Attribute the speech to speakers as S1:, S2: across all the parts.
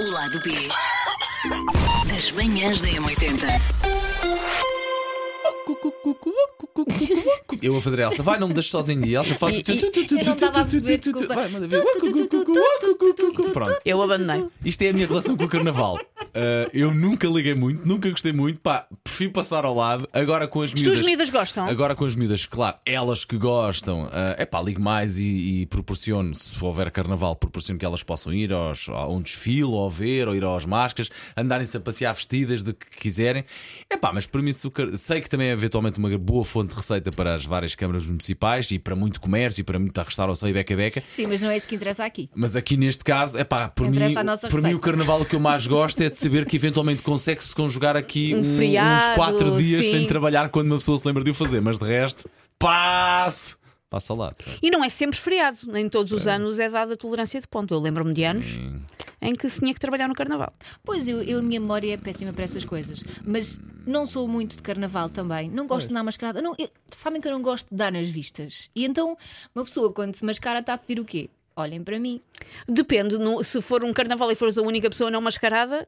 S1: O lado B das manhãs da M80.
S2: Eu vou fazer a Elsa. Vai, não me deixes sozinho. E a Elsa faz.
S3: E- e- eu não estava a perceber, desculpa.
S2: Vai, manda
S3: Tu-tu-tu-tu-tu-tu-tu-tu-tu-tu-tu-tu-tu-tu-tu.
S2: ver. Pronto.
S4: Eu abandonei.
S2: Isto é a minha relação com o carnaval. Ah, eu nunca liguei muito, nunca gostei muito. Pá, prefiro passar ao lado. Agora com as
S4: As
S2: miúdas.
S4: tuas miúdas gostam?
S2: Agora com as miúdas, claro, elas que gostam, é pá, ligo mais e, e proporciono, se houver carnaval, proporciono que elas possam ir aos, a um desfile, ou ver, ou ir às máscaras, andarem-se a passear vestidas do que quiserem. É pá, mas para mim, se o car- sei que também é eventualmente uma boa fonte de receita para as várias câmaras municipais e para muito comércio e para muita restauração e beca-beca.
S3: Sim, mas não é isso que interessa aqui.
S2: Mas aqui neste caso, é pá, por, mim,
S3: Interessa a nossa
S2: por mim o
S3: receita.
S2: carnaval que eu mais gosto é de saber que eventualmente consegue-se conjugar aqui
S4: Um
S2: um- uns
S4: feriado,
S2: 4 dias
S4: sim.
S2: sem trabalhar quando uma pessoa se lembra de o fazer, mas de resto, passo! Passa lá. tá.
S4: E não é sempre feriado, nem todos os anos é dada a tolerância de ponto. Eu lembro-me de anos em que se tinha que trabalhar no carnaval.
S3: Pois, eu, eu, a minha memória é péssima para essas coisas. Mas não sou muito de carnaval também. Não gosto de dar mascarada. Não, eu- sabem que eu não gosto de dar nas vistas. E então, uma pessoa, quando se mascara, está a pedir o quê? Olhem para mim.
S4: Depende, no- se for um carnaval e fores a única pessoa não mascarada,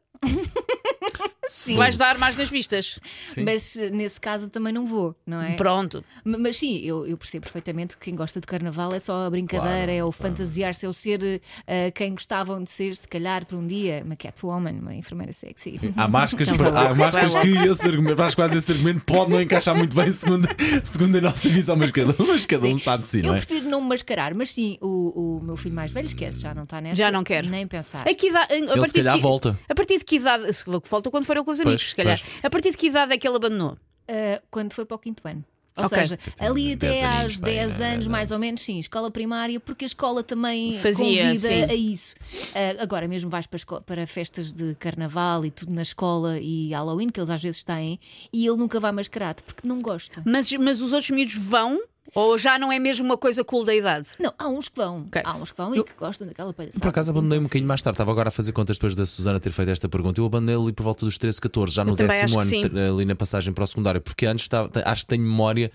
S2: Sim.
S4: vais dar mais nas vistas.
S2: Sim.
S3: Mas eh, nesse caso também não vou, não é?
S4: Pronto.
S3: M- Mas sim, eu, eu percebo perfeitamente que quem gosta de carnaval é só a brincadeira, é o fantasiar-se, é o ser eh, quem gostavam de ser, se calhar, por um dia, uma catwoman, uma enfermeira sexy.
S2: Há máscaras,
S4: Então
S2: para,
S4: vá lá,
S2: há máscaras
S4: vai
S2: que
S4: lá.
S2: esse argumento, para as quais esse argumento pode não encaixar muito bem, segundo, segundo a nossa visão, mas cada, mas cada um
S3: Sim.
S2: sabe de si,
S3: Eu
S2: não é?
S3: prefiro não me mascarar, mas sim, o, o meu filho mais velho esquece, já não está nessa.
S4: Já não quer.
S3: Nem pensar.
S4: A que idade, a partir de
S2: calhar
S4: que-
S2: volta.
S4: A partir de que idade. se- Volta quando foram com os amigos,
S2: Pois,
S4: se calhar. A partir de que idade é que ele abandonou?
S3: Ah, quando foi para o quinto ano. Ou
S4: Ok.
S3: seja, ali
S2: Dez
S3: até
S2: aninhos,
S3: aos
S2: bem,
S3: 10
S2: né?
S3: anos, mais ou menos, sim, escola primária, porque a escola também
S4: Fazia,
S3: convida
S4: sim.
S3: a isso. Ah, agora mesmo vais para, esco- para festas de carnaval e tudo na escola e Halloween, que eles às vezes têm, e ele nunca vai mascarado, porque não gosta.
S4: Mas, mas os outros miúdos vão? Ou já não é mesmo uma coisa cool da idade?
S3: Não, há uns que vão.
S4: Ok.
S3: Há uns que vão e que gostam daquela palhaçada. Então,
S2: Por acaso abandonei um
S4: Então,
S2: bocadinho mais tarde, estava agora a fazer contas depois da Susana ter feito esta pergunta. Eu abandonei ali por volta dos 13, 14, já no
S4: também
S2: décimo ano,
S4: acho que sim.
S2: ter- ali na passagem para o secundário, porque antes estava, te- acho que tenho memória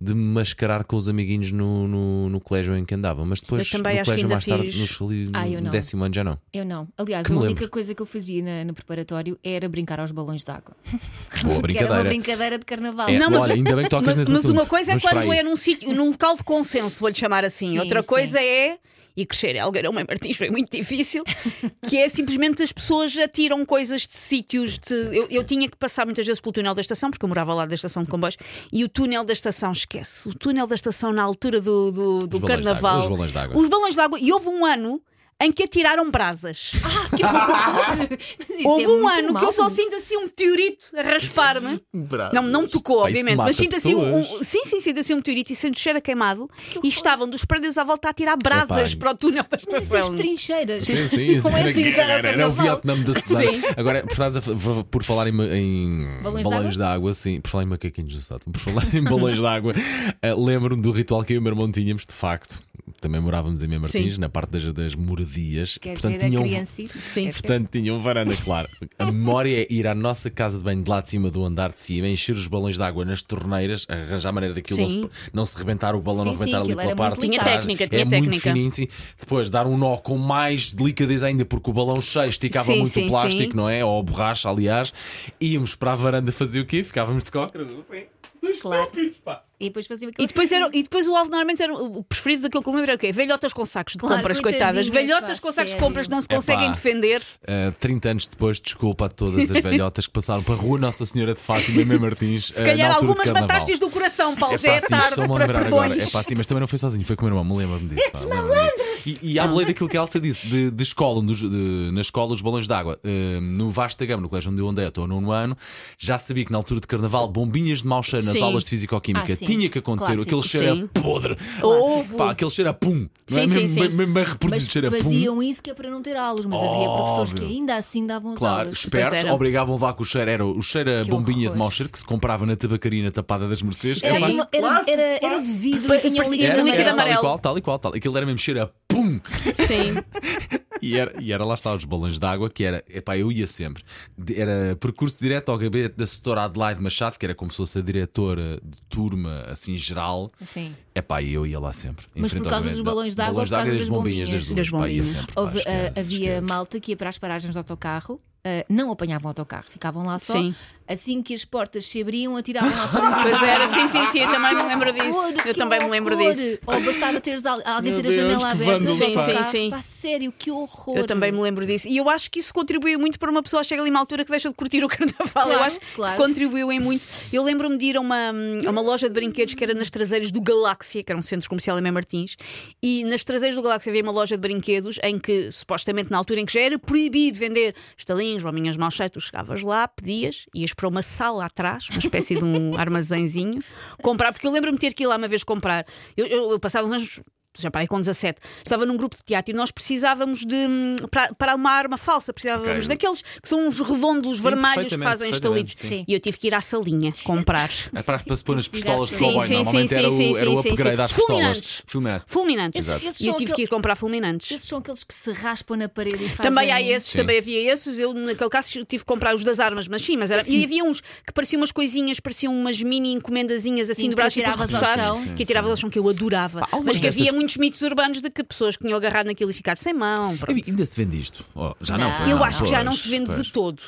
S2: de me mascarar com os amiguinhos no, no, no colégio em que andava, mas depois
S4: Eu também
S2: no
S4: acho que
S2: colégio
S4: ainda
S2: mais tarde,
S4: fiz.
S2: nos, ali,
S3: Ah, eu
S2: no
S3: não.
S2: décimo ano já não.
S3: Eu não. Aliás,
S2: Que
S3: a
S2: me
S3: única
S2: lembro.
S3: coisa que eu fazia na- no preparatório era brincar aos balões de água.
S2: Boa
S3: Que era uma
S2: brincadeira.
S3: brincadeira de carnaval.
S2: É,
S4: Não, mas-
S2: olha, ainda bem que tocas
S4: Mas,
S2: nesse
S4: mas
S2: assunto.
S4: uma coisa é
S2: Vamos para
S4: quando
S2: aí.
S4: é num sítio, num local de consenso, vou-lhe chamar assim.
S3: Sim,
S4: Outra
S3: sim.
S4: coisa é, e crescer Algarão Mãe Martins foi muito difícil, que é simplesmente as pessoas atiram coisas de sítios de. Eu, eu tinha que passar muitas vezes pelo túnel da estação, porque eu morava lá da estação de comboios, e o túnel da estação esquece. O túnel da estação na altura do, do, do
S2: Os balões de água,
S4: carnaval.
S2: os balões de água.
S4: Os balões de água. E houve um ano em que atiraram brasas.
S3: Que horror! Mas isso
S4: Houve
S3: é
S4: um
S3: muito
S4: ano que
S3: mau.
S4: eu só sinto assim um meteorito a raspar-me. não, não me tocou,
S2: Pá, isso
S4: obviamente,
S2: mata
S4: mas sinto assim um,
S2: pessoas.
S4: um- Sim, sim, sinto assim um meteorito e sendo cheiro a queimado. E estavam dos prédios à volta a tirar brasas
S2: Epá,
S4: para o túnel da
S3: Mas isso é as
S4: estação.
S3: trincheiras.
S2: um- Sim, sim, isso
S3: Não é
S2: era-
S3: brincar ao
S2: era, era o
S3: carnaval.
S2: Vietnã da Susana.
S4: Sim.
S2: Agora, por, estás a- por- por falar em, ma- em
S3: Balões de
S2: de água, sim, por falar em macaquinhos do sótão, por falar em balões de água, eh, lembro-me do ritual que eu e o meu irmão tínhamos, de facto. Também morávamos em Mem Martins, na parte das, das moradias.
S3: Queres
S2: Portanto, um
S3: ver a
S2: tinham-
S3: criancice?
S4: Sim.
S2: É
S3: Queres ver?
S2: Portanto, tinham varanda, claro. A memória é ir à nossa casa de banho de lá de cima do andar de cima, encher os balões de água nas torneiras, arranjar a maneira daquilo não
S4: Sim.
S2: se, não se rebentar o balão, não
S3: Sim, sim,
S2: rebentar ali
S3: aquilo
S2: pela
S3: era
S2: parte.
S3: muito
S2: de
S3: Tinha
S2: trás.
S4: técnica,
S2: é
S4: tinha
S2: muito
S4: técnica.
S2: fininho, sim. Depois dar um nó com mais delicadeza ainda, porque o balão cheio esticava
S4: Sim,
S2: muito
S4: sim,
S2: o plástico,
S4: sim.
S2: não é? Ou a borracha, aliás. Íamos para a varanda fazer o quê? Ficávamos de cócaras assim. Dos
S3: Claro.
S2: estúpidos, pá.
S3: E depois fazia aquilo.
S4: E depois, era, e depois o alvo normalmente era o preferido daquele que eu lembro era o quê? Velhotas com sacos de
S3: Claro,
S4: compras, coitadas.
S3: coitadinhas,
S4: Velhotas
S3: pá,
S4: com sacos de
S3: sério.
S4: compras que não se
S2: Epá.
S4: conseguem defender.
S2: Uh, 30 anos depois, desculpa a todas as velhotas que passaram para a rua Nossa Senhora de Fátima e Mem Martins. ah,
S4: Se calhar algumas
S2: batastas
S4: mataste do coração, Paulo. já é
S2: sim,
S4: tarde
S2: estou-me a
S4: para
S2: lembrar agora.
S4: perdões.
S2: É pá, sim, mas também não foi sozinho, foi com o meu irmão, me lembro-me disso. Estes malandros! E, e à beleza daquilo que a Elsa disse, de, de escola, nos- de- na escola, os balões de água. Eh, no Vasta Gama, no colégio onde eu andei, eu estou no nono ano, já sabia que na altura de carnaval, bombinhas de mau cheiro nas
S4: Sim.
S2: aulas de Fisicoquímica
S3: Ah, sim.
S2: tinha que acontecer.
S3: Clássico,
S2: aquele cheiro
S4: sim.
S2: a podre.
S4: Ovo.
S2: Pá, aquele cheiro a pum. Não é?
S4: Sim, sim,
S2: mesmo,
S4: sim.
S2: mesmo- mesmo a
S3: Mas
S2: reproduzir cheiro a pum.
S3: faziam isso que é para não ter aulas, mas havia professores que
S2: Óbvio.
S3: ainda assim davam as
S2: Claro,
S3: aulas.
S4: Pois
S2: esperto,
S4: era.
S2: obrigavam a levar com o cheiro. Era o cheiro a
S3: Que
S2: bombinha de
S3: horror.
S2: mau cheiro que se comprava na tabacaria na tapada das Mercedes.
S3: Era,
S2: Epá,
S3: assim, uma- era, era, era o devido, não tinha
S4: Era,
S3: líquido
S4: era,
S2: era,
S4: líquido
S2: era, tal
S3: amarelo.
S2: e
S4: amarelo.
S2: qual, tal e qual, tal. Aquilo era mesmo cheiro a pum.
S4: Sim.
S2: E era, e era lá está os balões de água, que era, epá, eu ia sempre. De- Era percurso direto ao gabinete da setora Adelaide Machado, que era como se fosse a diretora de turma, assim, geral.
S4: é,
S3: Sim.
S2: Epá, e eu ia lá sempre. Em
S3: Mas
S2: frente
S3: por
S2: ao
S3: causa
S2: gabinete
S3: dos
S2: da-
S3: balões de água
S2: balões
S3: ou por
S2: e
S3: causa
S2: das
S3: das
S2: bombinhas das duas.
S4: bombinhas?
S2: Pá, ia
S4: Das
S2: sempre. lá,
S3: Houve,
S4: é,
S2: esquece,
S3: ah, havia
S2: esquece.
S3: malta que ia para as paragens de autocarro, ah, não apanhavam autocarro, ficavam lá só.
S4: Sim.
S3: Assim que as portas se abriam, atiravam lá para dentro.
S4: Pois era, sim, sim, sim, eu também me
S3: Que
S4: lembro disso.
S3: horror,
S4: Eu
S3: que
S4: também me lembro
S3: horror.
S4: disso.
S3: Ou bastava teres al- alguém
S2: Meu
S3: ter
S2: Deus,
S3: a janela
S2: que
S3: aberta
S2: vândalo,
S3: do
S4: pá.
S3: autocarro.
S4: Sim, sim.
S3: Pá, sério, que horror.
S4: Eu também me lembro disso. E eu acho que isso contribuiu muito para uma pessoa chega ali a uma altura que deixa de curtir o carnaval. eu
S3: Claro,
S4: acho
S3: claro.
S4: que contribuiu em muito. Eu lembro-me de ir a uma, a uma loja de brinquedos que era nas traseiras do Galáxia, que era um centro comercial em Mem Martins, e nas traseiras do Galáxia havia uma loja de brinquedos em que, supostamente, na altura em que já era proibido vender estalinhos, bombinhas de mau cheio, tu chegavas lá, pedias, ias para uma sala atrás, uma espécie de um armazenzinho, comprar, porque eu lembro-me de ter que ir lá uma vez comprar. Eu, eu- eu passava uns anos já parei com 17, estava num grupo de teatro e nós precisávamos de. hum, para, para uma arma falsa, precisávamos
S2: Ok.
S4: daqueles que são uns redondos vermelhos que
S2: perfeitamente,
S4: fazem
S2: perfeitamente,
S4: estalidos.
S2: sim.
S3: Sim.
S4: E eu tive que ir à salinha comprar.
S2: É para, para se pôr nas pistolas de
S3: Sim,
S2: cowboy,
S4: sim,
S2: normalmente
S4: sim,
S2: era,
S4: sim,
S2: o,
S4: sim,
S2: era o
S4: sim,
S2: upgrade
S4: sim.
S2: às pistolas.
S4: Fulminantes.
S2: Fulminante.
S4: Fulminantes.
S3: Esses- esses
S4: e eu
S3: são
S4: tive que
S3: aquele-
S4: ir comprar fulminantes.
S3: Esses são aqueles que se raspam na parede e fazem.
S4: Também há esses,
S2: Sim.
S4: também havia esses. Eu, naquele caso, tive que comprar os das armas, mas sim, mas era. E havia uns que pareciam umas coisinhas, pareciam umas mini encomendazinhas assim
S3: Sim,
S4: dobradas
S3: que
S4: e depois
S3: atiravas ao
S4: repassadas,
S3: chão.
S2: Sim,
S4: que atiravas ao chão, que eu adorava.
S2: Pá, algumas
S4: mas que havia
S2: destas-
S4: muitos mitos urbanos de que pessoas que tinham agarrado naquilo e ficado sem mão. pronto.
S2: Ainda se vende isto? Oh, já não.
S3: Não.
S2: pois
S4: Eu
S2: não,
S4: acho que já não
S2: pois,
S4: se vende
S2: pois.
S4: de todo.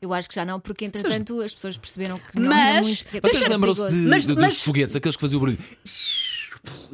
S3: Eu acho que já não, porque entretanto as pessoas perceberam que não era
S4: Mas-
S3: muito.
S4: Mas
S2: Vocês
S4: era
S2: lembram-se de-
S3: perigoso.
S4: Mas-
S2: de-
S4: mas-
S2: dos foguetes, aqueles que faziam o barulho?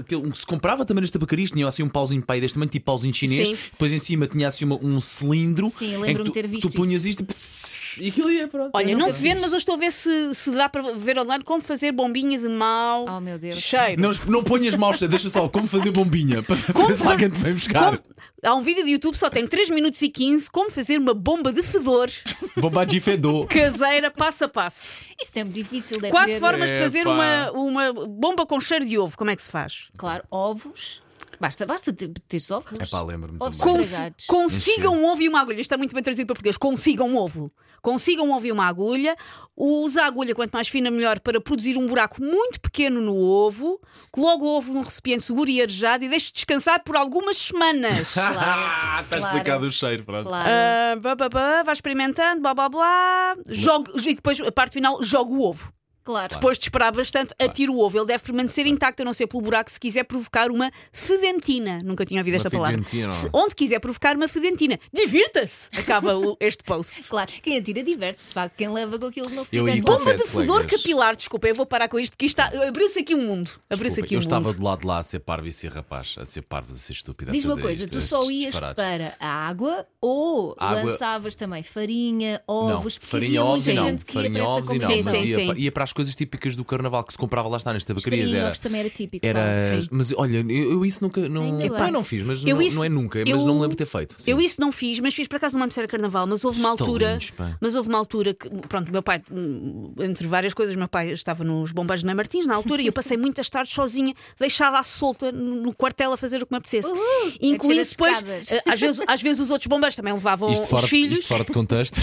S2: Aquele- um que se comprava também nas tabacarias, tinha assim um pauzinho pai deste tamanho, tipo pauzinho chinês.
S4: Sim.
S2: Depois em cima tinha assim uma- um cilindro. em
S3: Sim,
S2: que
S3: lembro-me
S2: tu-
S3: ter visto
S2: Tu punhas isto e pss, e aquilo ia, pronto.
S4: Olha,
S3: Eu
S4: não
S3: nunca
S4: se
S3: vi
S4: vende, mas eu estou a ver se, se dá para ver online como fazer bombinha de mau
S3: Oh, meu Deus.
S4: cheiro.
S2: Não, não ponhas mal, deixa só como fazer bombinha para para ver se
S4: fa-
S2: alguém te vem buscar.
S4: como- Há um vídeo do YouTube, só tem 3 minutos e 15, como fazer uma bomba de fedor
S2: Bomba de fedor.
S4: caseira passo a passo.
S3: Isso é muito difícil, deve
S4: Quatro
S3: ser.
S4: formas de fazer
S2: Epá.
S4: uma, uma bomba com cheiro de ovo. Como é que se faz?
S3: Claro, ovos. Basta, basta ter- teres ovos.
S2: É pá, lembro-me.
S3: Ovos
S2: também.
S3: com-
S4: Consi-
S3: Estragados.
S4: consigam um ovo e uma agulha. Isto está muito bem traduzido para português. Consigam um ovo. Consigam um ovo e uma agulha. Usa a agulha, quanto mais fina, melhor, para produzir um buraco muito pequeno no ovo. Coloca o ovo num recipiente seguro e arejado e deixe descansar por algumas semanas.
S3: Claro,
S2: Está
S3: claro.
S2: Ah, tá explicado o cheiro, pronto.
S3: Claro.
S4: Ah, blá, blá, blá, vai experimentando, blá blá blá. Jogo, e depois, a parte final, joga o ovo.
S3: Claro.
S4: Depois de esperar bastante, atira o ovo. Ele deve permanecer intacto, a não ser pelo buraco, se quiser provocar uma fedentina. Nunca tinha ouvido
S2: Uma
S4: esta palavra.
S2: fedentina. é?
S4: Se- onde quiser provocar uma fedentina, divirta-se! Acaba o- este post.
S3: Claro. Quem atira diverte-se, de facto. Quem leva com aquilo não se
S2: Eu
S3: diverte.
S2: ia-
S4: Bomba de
S2: Confesso,
S4: flor
S2: colegas.
S4: capilar, desculpa, eu vou parar com isto porque isto está- abriu-se aqui um mundo. Abriu-se
S2: Desculpa,
S4: aqui
S2: eu
S4: um
S2: estava
S4: mundo.
S2: do lado de lá a ser parvo e a ser rapaz, a ser parvo e a ser estúpida. a
S3: Diz uma
S2: fazer
S3: coisa,
S2: isto,
S3: tu
S2: estes
S3: só ias
S2: disparates.
S3: para a água ou
S2: Água-
S3: lançavas também farinha, ovos,
S2: não,
S3: porque
S2: farinha
S3: havia
S2: ovos e
S3: muita
S2: não,
S3: gente que ia
S2: farinha
S3: para essa
S2: ovos e não,
S4: Sim,
S2: mas
S3: combinação.
S4: sim,
S2: ia,
S4: sim.
S2: pa- ia para as coisas típicas do carnaval que se comprava lá está nas tabacarias.
S3: Farinha
S2: Era,
S3: ovos também era típico. claro.
S2: era
S4: Sim.
S2: mas olha, eu, eu isso nunca, não,
S3: Ainda
S2: epá,
S3: bem.
S2: eu não fiz, mas
S4: Eu
S2: não,
S4: isso-
S2: não é nunca, mas
S4: eu-
S2: não me lembro de ter feito. Sim.
S4: Eu isso não fiz, mas fiz por acaso numa era carnaval, mas houve uma altura.
S2: Estalinhos, pá.
S4: Mas houve uma altura que, pronto, meu pai, hum, entre várias coisas, meu pai estava nos bombeiros de Mãe Martins na altura e eu passei muitas tardes sozinha, deixada à solta no no quartel a fazer o que me apetecesse.
S3: a descer as
S4: Incluindo depois,
S3: escadas.
S4: eh, às vezes, às vezes os outros bombeiros também levavam
S2: isto, fora,
S4: os filhos.
S2: isto fora de contexto.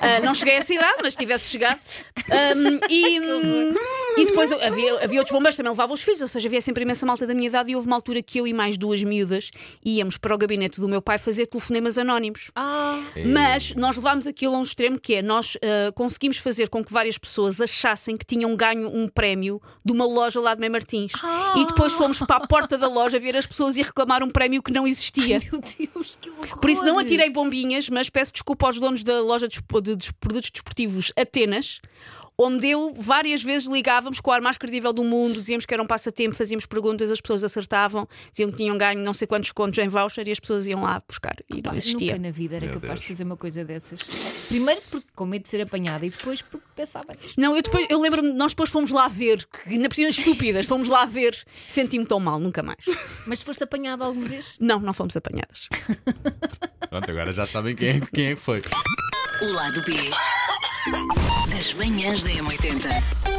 S4: Ah, não cheguei a essa idade, mas tivesse chegado. Ahm, e, e depois eu- havia, havia outros bombeiros também levavam os filhos, ou seja, havia sempre imensa malta da minha idade. E houve uma altura que eu e mais duas miúdas íamos para o gabinete do meu pai fazer telefonemas anónimos.
S3: Ah,
S4: Mas nós levámos aquilo a um extremo que é nós ah, conseguimos fazer com que várias pessoas achassem que tinham ganho um prémio de uma loja lá de Mãe Martins. E depois fomos para a porta da loja ver as pessoas e reclamar um prémio que não existia.
S3: meu Deus, que horror.
S4: Por isso não atirei bombinhas, mas peço desculpa aos donos da loja de, despo- de- de produtos desportivos Atenas, onde eu várias vezes ligávamos com o ar mais credível do mundo, dizíamos que era um passatempo, fazíamos perguntas, as pessoas acertavam, diziam que tinham ganho não sei quantos contos em voucher e as pessoas iam lá buscar e não
S3: Ah, Nunca
S4: existia.
S3: na vida era capaz de fazer uma coisa dessas. Primeiro porque com medo de ser apanhada e depois porque pensava nisto.
S4: Não, eu, depois- eu lembro-me, nós depois fomos lá ver, que ainda por cima estúpidas, fomos lá ver, senti-me tão mal, nunca mais.
S3: Mas foste apanhada alguma vez?
S4: Não, não fomos apanhadas.
S2: Pronto, agora já sabem quem é, quem é que foi.
S1: O lado B das manhãs da M80.